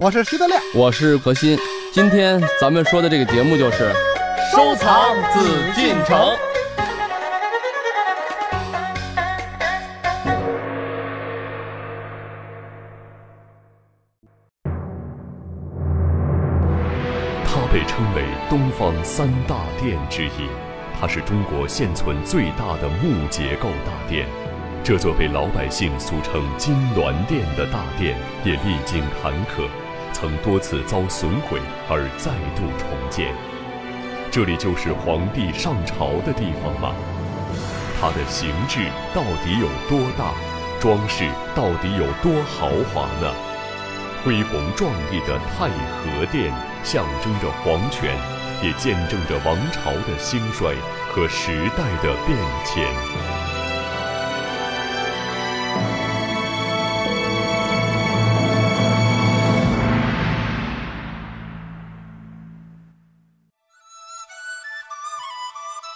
我是徐德亮，我是何鑫。今天咱们说的这个节目就是收藏紫禁城。它被称为东方三大殿之一，它是中国现存最大的木结构大殿。这座被老百姓俗称“金銮殿”的大殿，也历经坎坷，曾多次遭损毁而再度重建。这里就是皇帝上朝的地方吗？它的形制到底有多大？装饰到底有多豪华呢？恢宏壮丽的太和殿象征着皇权，也见证着王朝的兴衰和时代的变迁。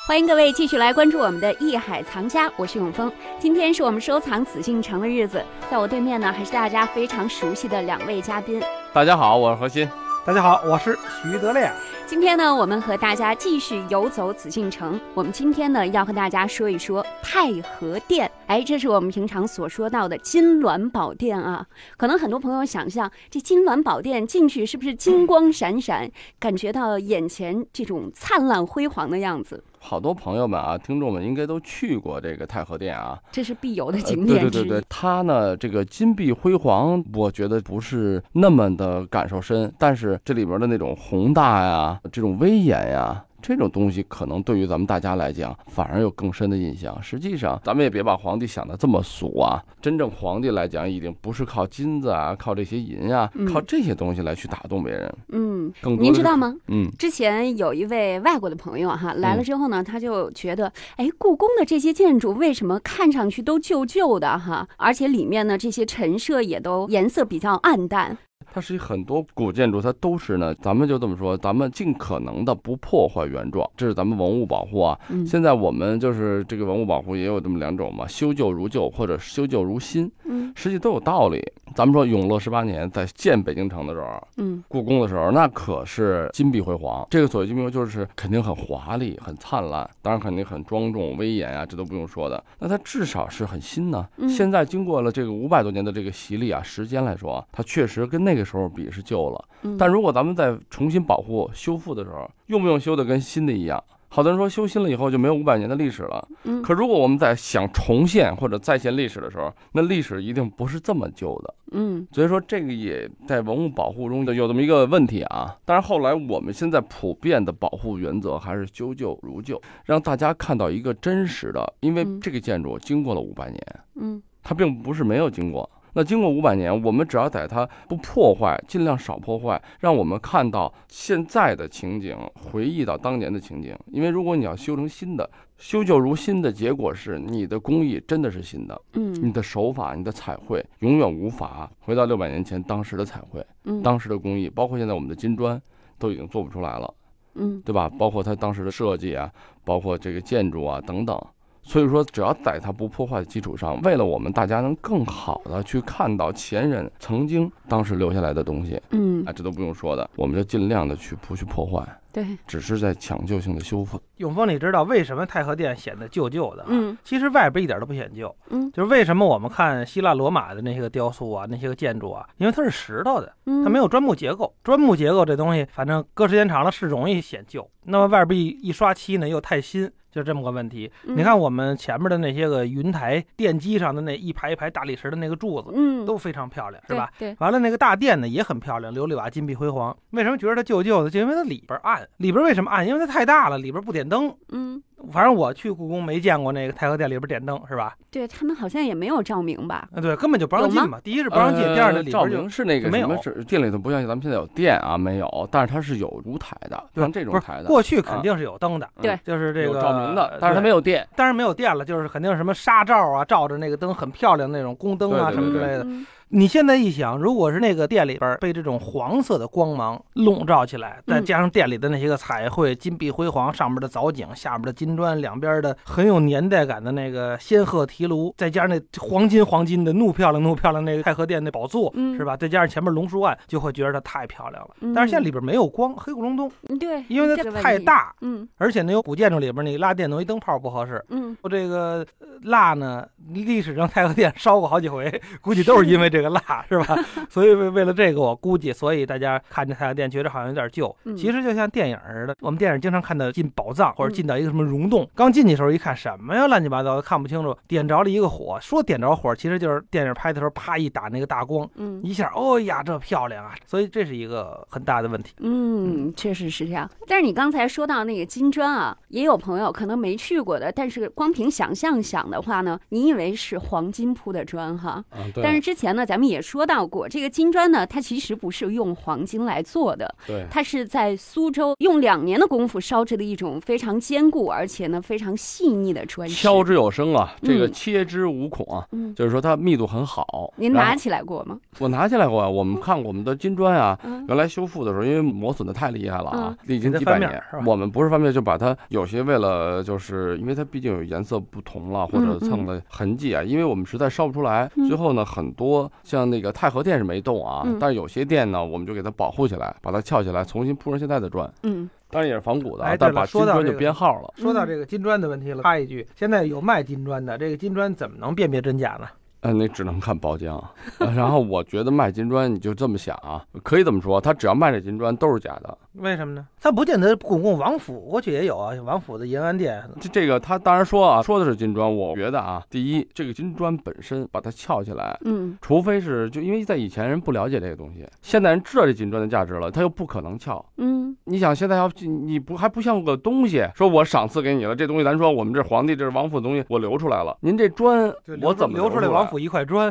欢迎各位继续来关注我们的《艺海藏家》，我是永峰。今天是我们收藏紫禁城的日子，在我对面呢还是大家非常熟悉的两位嘉宾。大家好，我是何鑫。大家好，我是徐德亮。今天呢，我们和大家继续游走紫禁城。我们今天呢要和大家说一说太和殿。哎，这是我们平常所说到的金銮宝殿啊。可能很多朋友想象这金銮宝殿进去是不是金光闪闪，感觉到眼前这种灿烂辉煌的样子，好多朋友们啊，听众们应该都去过这个太和殿啊。这是必 游的呃景对点对之一。对对，它呢这个金碧辉煌，我觉得不是那么的感受深，但是这里边的那种宏大呀，这种威严呀。这种东西可能对于咱们大家来讲，反而有更深的印象。实际上，咱们也别把皇帝想的这么俗啊。真正皇帝来讲，已经不是靠金子啊，靠这些银啊，嗯靠这些东西来去打动别人。嗯，更多您的知是道吗？嗯，之前有一位外国的朋友嗯哈来了之后呢，他就觉得，哎，故宫的这些建筑为什么看上去都旧旧的哈，而且里面呢这些陈设也都颜色比较暗淡。它是很多古建筑，它都是呢，咱们就这么说，咱们尽可能的不破坏原状，这是咱们文物保护啊。嗯现在我们就是这个文物保护也有这么两种嘛，修旧如旧或者修旧如新，嗯实际都有道理。咱们说永乐十八年在建北京城的时候，嗯故宫的时候，那可是金碧辉煌。这个所谓金碧辉煌，就是肯定很华丽、很灿烂，当然肯定很庄重、威严啊，这都不用说的。那它至少是很新呢、嗯现在经过了这个五百多年的这个洗礼啊，时间来说啊，它确实跟那个时候比是旧了。嗯，但如果咱们再重新保护、修复的时候，用不用修的跟新的一样？好多人说修新了以后就没有五百年的历史了，嗯可如果我们在想重现或者再现历史的时候，那历史一定不是这么旧的。嗯所以说，这个也在文物保护中有这么一个问题啊。但是后来我们现在普遍的保护原则还是修旧如旧，让大家看到一个真实的，因为嗯这个建筑经过了五百年，嗯它并不是没有经过。那经过五百年，我们只要在它不破坏，尽量少破坏，让我们看到现在的情景，回忆到当年的情景。因为如果你要修成新的，修旧如新的结果是你的工艺真的是新的，你嗯的手法、你的彩绘永远无法回到六百年前当时的彩绘、嗯，当时的工艺，包括现在我们的金砖都已经做不出来了，嗯对吧？包括它当时的设计啊，包括这个建筑啊等等。所以说，只要在它不破坏的基础上，为了我们大家能更好的去看到前人曾经当时留下来的东西，嗯哎啊，这都不用说的，我们就尽量的去不去破坏，对，只是在抢救性的修复。永峰，你知道为什么太和殿显得旧旧的、啊？嗯其实外边一点都不显旧。嗯就是为什么我们看希腊、罗马的那些个雕塑啊，那些个建筑啊，因为它是石头的，嗯，它没有砖木结构。砖木结构这东西，反正搁时间长了是容易显旧。那么外边一一刷漆呢，又太新，就这么个问题。嗯你看我们前面的那些个云台殿基上的那一排一排大理石的那个柱子，嗯都非常漂亮，是吧？？对，对完了，那个大殿呢也很漂亮，琉璃瓦金碧辉煌。为什么觉得它旧旧的？就因为它里边暗，里边为什么暗？因为它太大了，里边不点灯。嗯。反正我去故宫没见过那个太和殿里边点灯，是吧？对他们好像也没有照明吧？啊，对，根本就不让有进吗嘛。第一是不让进，第二呢呃里照边就明是那个就没什么有是店里头不像咱们现在有电啊，没有，但是它是有舞台的，对像这种不是台的，啊过去肯定是有灯的，对就是这有个照明的，但是它没有，有电。当然没有电了，就是肯定是什么纱罩啊，照着那个灯很漂亮那种宫灯啊对对什么之对类的。嗯你现在一想，如果是那个店里边被这种黄色的光芒笼罩起来，嗯再加上店里的那些个彩绘、金碧辉煌，上面的藻井，下面的金砖，两边的很有年代感的那个仙鹤提炉，再加上那黄金黄金的怒漂亮怒漂亮那个太和殿那宝座，嗯是吧？再加上前面龙树案，就会觉得它太漂亮了。但是现在里边没有光，黑咕隆咚，嗯对，因为这它个问太题，大，嗯而且呢有古建筑里边你拉电灯一灯泡不合适。嗯，说这个呃蜡呢，历史上太和殿烧过好几回，估计都是因为这个蜡，是吧？ 所以为为了这个，我估计，所以大家看这太和殿觉得好像有点旧。嗯其实就像电影似的，我们电影经常看到进宝藏或者嗯进到一个什么溶洞，刚进去的时候一看什么呀，乱七八糟的看不清楚，点着了一个火，说点着火，其实就是电影拍的时候啪一打那个大光。嗯一下，哦呀，这漂亮啊！所以这是一个很大的问题。嗯，确实是这样。但是你刚才说到那个金砖啊，也有朋友可能没去过的，但是光凭想象想的话呢，你以为是黄金铺的砖哈？嗯，啊但是之前呢，咱们也说到过，这个金砖呢，它其实不是用黄金来做的，对，它是在苏州用两年的功夫烧制的一种非常坚固而且呢非常细腻的砖石。敲之有声啊，这个嗯切之无孔啊，嗯，就是说它密度很好。您然后拿起来过吗？我拿下来过啊，我们看过我们的金砖啊，嗯原来修复的时候，因为磨损的太厉害了啊，历经给它几百翻面年是吧，我们不是翻面，就把它有些为了就是因为它毕竟有颜色不同了，或者嗯蹭了痕迹啊，因为我们实在烧不出来嗯。最后呢，很多像那个太和殿是没动啊嗯，但是有些殿呢，我们就给它保护起来，把它翘起来，重新铺上现在的砖，嗯当然也是仿古的哎啊对，但了把说金到砖这就个编号了。说到这个金砖的问题了，插一句，现在有卖金砖的，这个金砖怎么能辨别真假呢？嗯，那只能看包浆。 呃然后我觉得卖金砖，你就这么想啊，可以这么说，他只要卖这金砖都是假的。为什么呢？它不见得古贡王府，过去也有啊，王府的银安殿。这这个他当然说啊，说的是金砖，我觉得啊，第一，这个金砖本身把它翘起来，嗯除非是就因为在以前人不了解这个东西，现代人知道这金砖的价值了，他又不可能翘。嗯你想现在要你不还不像个东西，说我赏赐给你了，这东西咱说我们这皇帝这是王府的东西，我留出来了，您这砖我怎么留出啊出来王府一块 砖？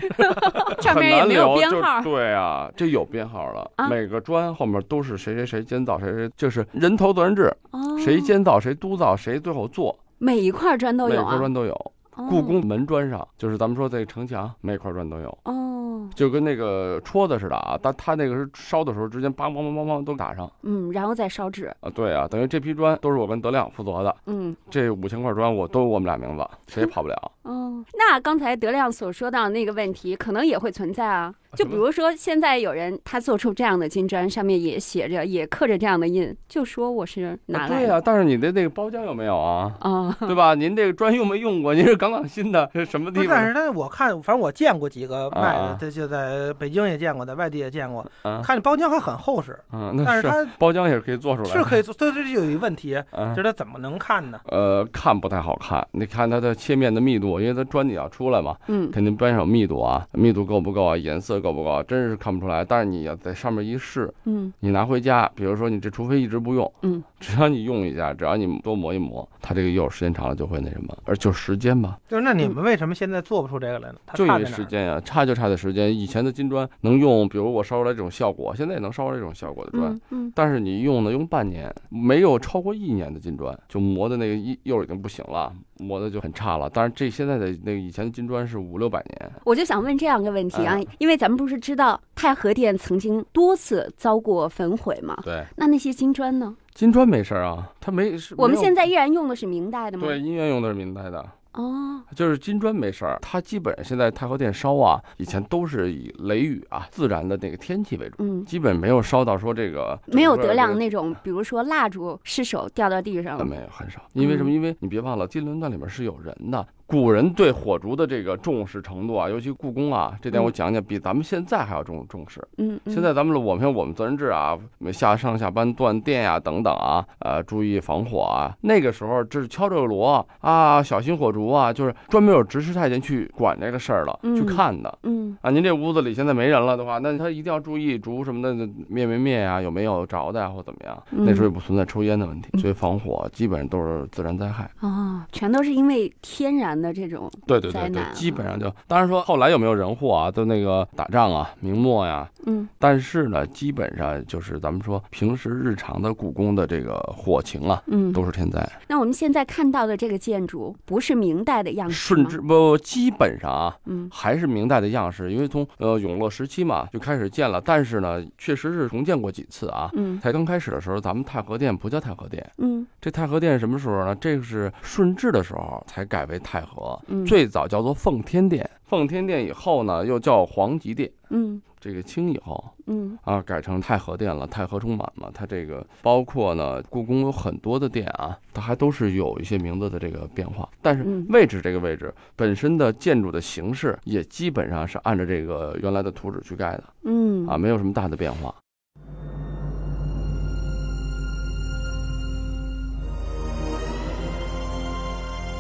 上面 很也难没有留，编就号对啊，这有编号了，啊每个砖后面都是谁谁谁监造，谁谁就是人头责任制，哦，谁监造谁督造谁最后做，每一块砖都每有块啊？砖都有。哦故宫门砖上，就是咱们说这个城墙每块砖都有，哦，就跟那个戳子似的啊。但它那个是烧的时候，直接梆梆梆梆梆都打上嗯，然后再烧制，啊。对啊，等于这批砖都是我跟德亮负责的，嗯。这五千块砖我都有我们俩名字，谁也跑不 了。哦，那刚才德亮所说到那个问题，可能也会存在啊。就比如说，现在有人他做出这样的金砖，上面也写着，也刻着这样的印，就说我是拿啊来对的。啊，但是你的那个包浆有没有 啊？啊，对吧？您这个砖用没用过？您是杠杠新的，是什么不地是但 方是但是我看，反正我见过几个卖啊的，这就在北京也见过，在外地也见过。啊？看这包浆还很厚实，嗯，但那是是它包浆也是可以做出来的。是可以做，所以这就有一问题，啊就是它怎么能看呢？呃，看不太好看，你看它的切面的密度，因为它砖你要出来嘛，嗯肯定边上有密度啊，密度够不够啊，颜色够不够啊，真是看不出来。但是你要在上面一试，嗯你拿回家，比如说你这，除非一直不用，嗯，只要你用一下，只要你多磨一磨，它这个釉时间长了就会那什么，而就时间吧，就是那你们为什么现在做不出这个来呢？它嗯就差因为在哪时儿？间呀、差就差在时间。以前的金砖能用，比如我烧出来这种效果，现在也能烧出来这种效果的砖。嗯嗯但是你用呢，用半年，没有超过一年的金砖，就磨的那个一釉已经不行了，磨的就很差了。但是这现在的那个以前的金砖是五六百年，我就想问这样一个问题啊嗯，因为咱们不是知道太和殿曾经多次遭过焚毁吗？对，那那些金砖呢？金砖没事儿啊，它没是。我们没有现在依然用的是明代的吗？对，音乐用的是明代的，哦，就是金砖没事儿。它基本现在太和殿烧啊，以前都是以雷雨啊、自然的那个天气为主，嗯，基本没有烧到说这个没有整个德亮这个那种，比如说蜡烛失手掉到地上呃，了。没有很少，因为什么？嗯因为你别忘了，金轮断里面是有人的。古人对火烛的这个重视程度啊，尤其故宫啊，这点我嗯讲讲，比咱们现在还要重重视。嗯，嗯现在咱们我们像我们责任制啊，我们下上下班断电呀、等等啊，呃，注意防火啊。那个时候就是敲这个锣啊，小心火烛啊，就是专门有执事太监去管这个事儿了，去嗯看的。嗯啊，您这屋子里现在没人了的话，那他一定要注意烛什么的灭没灭啊，有没有着的呀、或怎么样？嗯那时候也不存在抽烟的问题，所以防火基本上都是自然灾害。哦，全都是因为天然难的这种，对对灾对对难，啊基哈本上就，当然说后来有没有人祸啊，都那个打仗啊、明末呀，嗯但是呢，基本上就是咱们说平时日常的故宫的这个火情啊，嗯。都是天灾。那我们现在看到的这个建筑不是明代的样子顺吗治不基本上啊，嗯还是明代的样式，因为从呃永乐时期嘛就开始建了，但是呢，确实是重建过几次啊。嗯才刚开始的时候，咱们太和殿不叫太和殿，嗯这太和殿什么时候呢？这个是顺治的时候才改为太和，嗯，最早叫做奉天殿，奉天殿以后呢，又叫皇极殿。嗯这个清以后嗯啊，改成太和殿了，太和充满嘛。它这个包括呢，故宫有很多的殿啊，它还都是有一些名字的这个变化，但是嗯位置这个位置本身的建筑的形式也基本上是按照这个原来的图纸去盖的嗯啊，没有什么大的变化。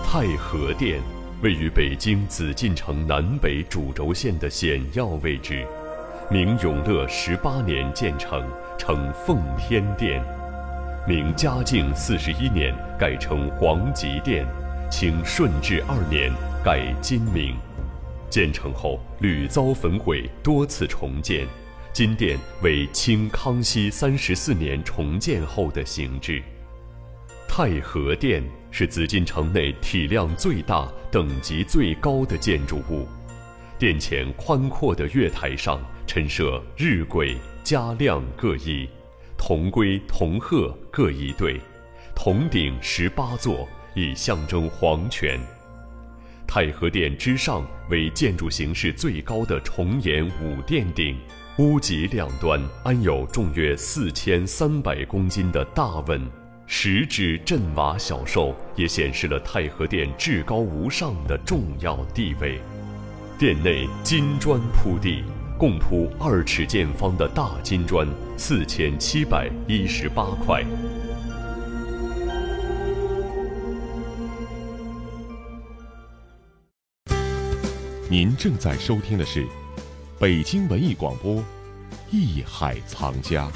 太和殿位于北京紫禁城南北主轴线的险要位置，明永乐十八年建成，称奉天殿；明嘉靖四十一年改称皇极殿，清顺治二年改金明。建成后屡遭焚毁，多次重建。金殿为清康熙三十四年重建后的形制。太和殿是紫禁城内体量最大、等级最高的建筑物。殿前宽阔的月台上陈设日晷、嘉亮各一，铜龟、铜鹤各一对，铜鼎十八座，以象征皇权。太和殿之上为建筑形式最高的重檐五殿顶，屋脊两端安有重约四千三百公斤的大稳，十只镇瓦小兽也显示了太和殿至高无上的重要地位。殿内金砖铺地，共铺二尺见方的大金砖四千七百一十八块。您正在收听的是北京文艺广播《艺海藏家》。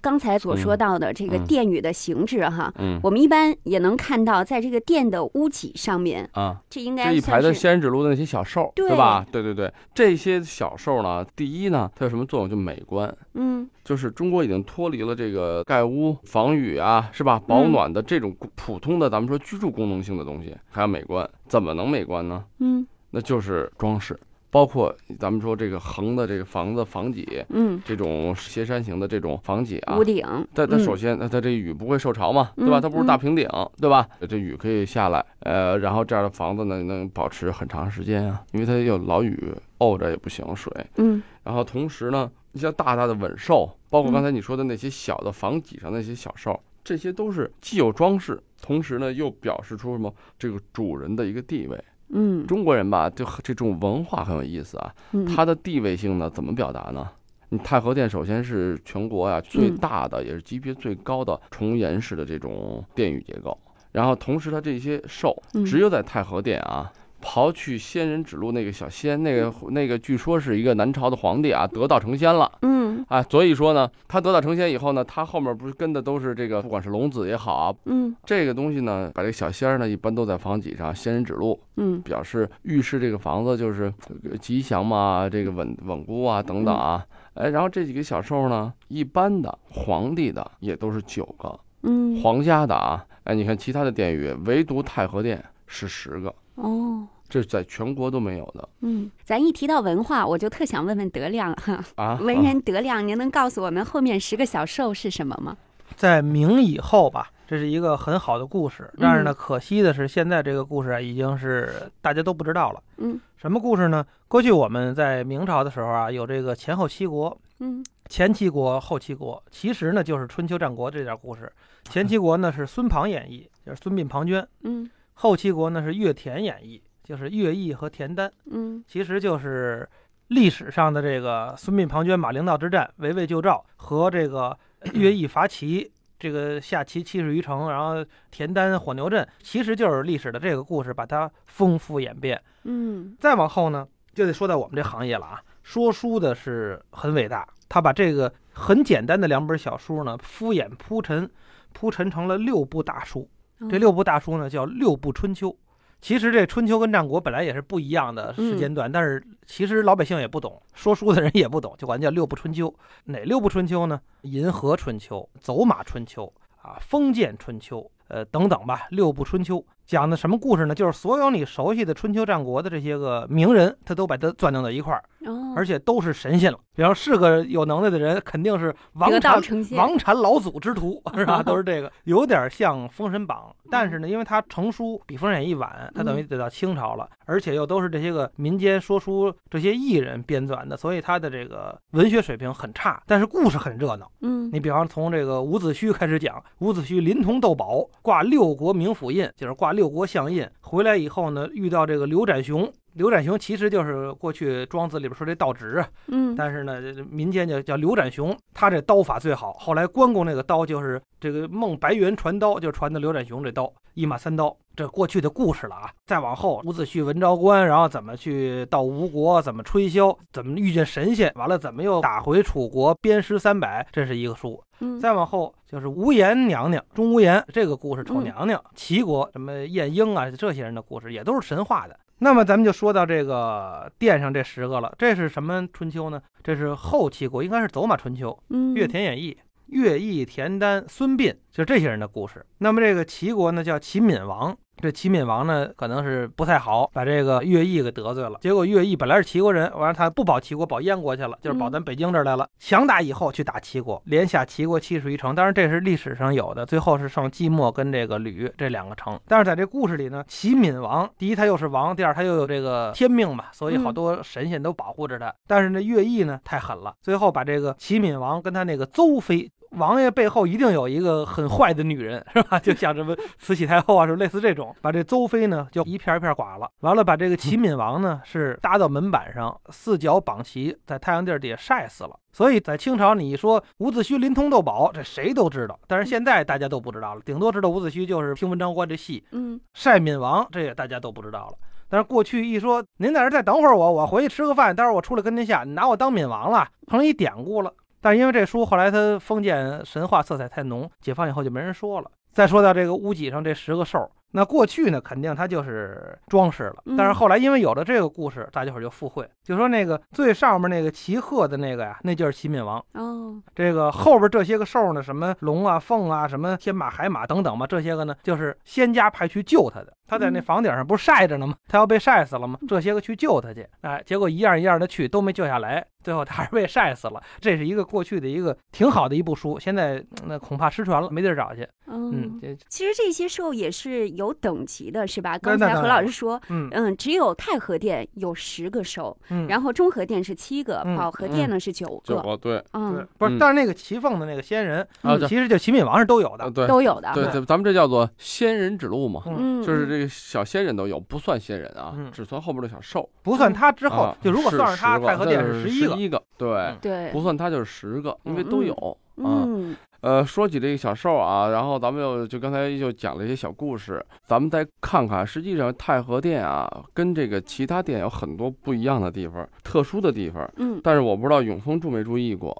刚才所说到的这个嗯殿宇的形制哈，嗯我们一般也能看到，在这个殿的屋脊上面，啊，这应这该一排算的是仙人指路的那些小兽，对对吧？对对对，这些小兽呢，第一呢，它有什么作用？就美观。嗯就是中国已经脱离了这个盖屋、防雨啊，是吧？保嗯暖的这种普通的咱们说居住功能性的东西，还要美观，怎么能美观呢？嗯那就是装饰，包括咱们说这个横的这个房子房脊，嗯这种斜山形的这种房脊啊屋，顶，它它嗯首先它它这雨不会受潮嘛，对吧？嗯它不是大平顶，对吧？这雨可以下来，呃，然后这样的房子呢能保持很长时间啊，因为它有老雨沤着也不行水，嗯然后同时呢，一些大大的稳兽，包括嗯刚才你说的那些小的房脊上那些小兽，这些都是既有装饰，同时呢又表示出什么这个主人的一个地位。嗯中国人吧，就很这种文化很有意思啊，嗯，它的地位性呢怎么表达呢？你太和殿首先是全国嗯啊最大的，也是级别最高的重檐式的这种殿宇结构，然后同时它这些兽嗯只有在太和殿啊。刨去仙人指路那个小仙，那个那个据说是一个南朝的皇帝啊，得道成仙了嗯啊，所以说呢，他得道成仙以后呢，他后面不是跟的都是这个，不管是龙子也好啊，嗯这个东西呢，把这个小仙儿呢一般都在房脊上，仙人指路，嗯表示预示这个房子就是呃吉祥嘛，这个稳稳固啊等等啊。嗯哎，然后这几个小兽呢，一般的皇帝的也都是九个，嗯，皇家的啊，哎，你看其他的殿宇，唯独太和殿是十个，哦。这在全国都没有的嗯，咱一提到文化，我就特想问问德亮哈，啊。文人德亮，您能告诉我们后面十个小兽是什么吗？在明以后吧，这是一个很好的故事。但嗯是呢，可惜的是，现在这个故事啊，已经是大家都不知道了。嗯什么故事呢？过去我们在明朝的时候啊，有这个前后七国，嗯前七国、后七国，其实呢就是春秋战国这点故事。前七国呢是孙庞演义， 就是孙膑、庞涓；嗯后七国呢是岳田演义，就是乐毅和田丹。嗯其实就是历史上的这个孙膑、庞涓、马陵道之战、围魏救赵和这个乐毅伐齐， 这个下齐七十余城，然后田单火牛阵，其实就是历史的这个故事，把它丰富演变。嗯再往后呢，就得说到我们这行业了啊。说书的是很伟大，他把这个很简单的两本小书呢，敷衍铺陈，铺陈成了六部大书。嗯这六部大书呢叫六部春秋。其实这春秋跟战国本来也是不一样的嗯时间段，但是其实老百姓也不懂，说书的人也不懂，就管它叫六部春秋。哪六部春秋呢？银河春秋、走马春秋啊、封建春秋，呃等等吧，六部春秋讲的什么故事呢？就是所有你熟悉的春秋战国的这些个名人，他都把它攥弄到一块儿，哦，而且都是神仙了。比方是个有能耐的人，肯定是王得道朝。成仙，王禅老祖之徒是吧？都是这个，有点像《封神榜》，但是呢，因为它成书比《封神演义》晚，它等于得到清朝了，而且又都是这些个民间说书这些艺人编纂的，所以它的这个文学水平很差，但是故事很热闹。嗯，你比方从这个伍子胥开始讲，伍子胥临潼斗宝，挂六国名府印，就是挂六国相印。回来以后呢，遇到这个刘展雄，刘展雄其实就是过去庄子里边说这道直啊，嗯，但是呢，这民间就叫刘展雄，他这刀法最好。后来关公那个刀就是这个孟白猿传刀，就传的刘展雄这刀，一马三刀。这过去的故事了啊，再往后，伍子胥文昭关，然后怎么去到吴国，怎么吹箫，怎么遇见神仙，完了怎么又打回楚国，鞭尸三百，这是一个书。嗯再往后就是无颜娘娘，钟无艳这个故事，丑嗯娘娘，齐国什么晏婴啊，这些人的故事也都是神话的。那么咱们就说到这个殿上这十个了，这是什么春秋呢？这是后齐国，应该是走马春秋。嗯，越田演义、乐毅、田丹、孙膑，就这些人的故事。那么这个齐国呢，叫齐闵王。这齐闵王呢，可能是不太好，把这个乐毅给得罪了。结果乐毅本来是齐国人，完了他不保齐国，保燕国去了，就是保嗯咱北京这儿来了。强大以后去打齐国，连下齐国七十余城。当然这是历史上有的，最后是剩寂寞跟这个吕这两个城。但是在这故事里呢，齐闵王第一他又是王，第二他又有这个天命嘛，所以好嗯多神仙都保护着他。但是呢，乐毅呢太狠了，最后把这个齐闵王跟他那个邹妃。王爷背后一定有一个很坏的女人，是吧？就 像什么慈禧太后啊，什么类似这种，把这邹妃呢就一片一片剐了。完了，把这个齐闵王呢是搭到门板上，四脚绑齐，在太阳地儿底下晒死了。所以在清朝，你一说伍子胥临潼斗宝，这谁都知道，但是现在大家都不知道了，顶多知道伍子胥就是听文章官这戏，嗯，晒闵王，这也大家都不知道了。但是过去一说，您在这儿再等会儿我，我回去吃个饭，待会儿我出来跟您下，你拿我当闵王了，成了一典故了。但是因为这书后来它封建神话色彩太浓，解放以后就没人说了。再说到这个屋脊上这十个兽儿，那过去呢肯定它就是装饰了嗯，但是后来因为有了这个故事，大家伙儿就附会，就说那个最上面那个骑鹤的那个呀，那就是齐闵王。哦，这个后边这些个兽呢，什么龙啊、凤啊、什么天马、海马等等吧，这些个呢，就是仙家派去救他的。他在那嗯房顶上不是晒着呢吗？他要被晒死了吗？这些个去救他去，哎，结果一样一样的去都没救下来，最后他还是被晒死了。这是一个过去的一个挺好的一部书，现在嗯那恐怕失传了，没地儿找去。嗯，嗯，这其实这些兽也是有等级的，是吧？刚那才当何然老了师说，嗯嗯，只有太和殿有十个兽，嗯，后然后中和殿是七个，嗯保和殿呢是九九个，个哦对对嗯，，不是，嗯但是那个齐凤的那个仙人，啊嗯对其实就齐闵王是都有啊的。对都有的，对，咱咱们这叫做仙人指路嘛，嗯，就是嗯这个小仙人都有，不算仙人啊嗯，只算后边的小兽。不算他之后啊，就如果算是他， 10个太和殿那是是十一个。一个，对嗯，对不，算他就是十个，因为嗯都有。啊。嗯呃，说起这个小兽啊，然后咱们又就刚才又讲了一些小故事，咱们再看看，实际上太和殿啊，跟这个其他殿有很多不一样的地方，特殊的地方。嗯，但是我不知道永峰注没注意过，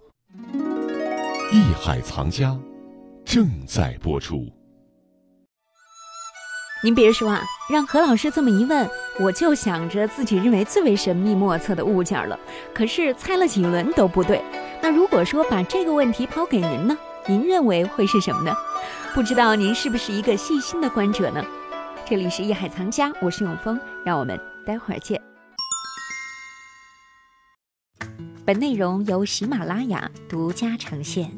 艺海藏家正在播出。您别说啊，让何老师这么一问，我就想着自己认为最为神秘莫测的物件了。可是猜了几轮都不对。那如果说把这个问题抛给您呢？您认为会是什么呢？不知道您是不是一个细心的观者呢？这里是艺海藏家，我是永峰，让我们待会儿见。本内容由喜马拉雅独家呈现。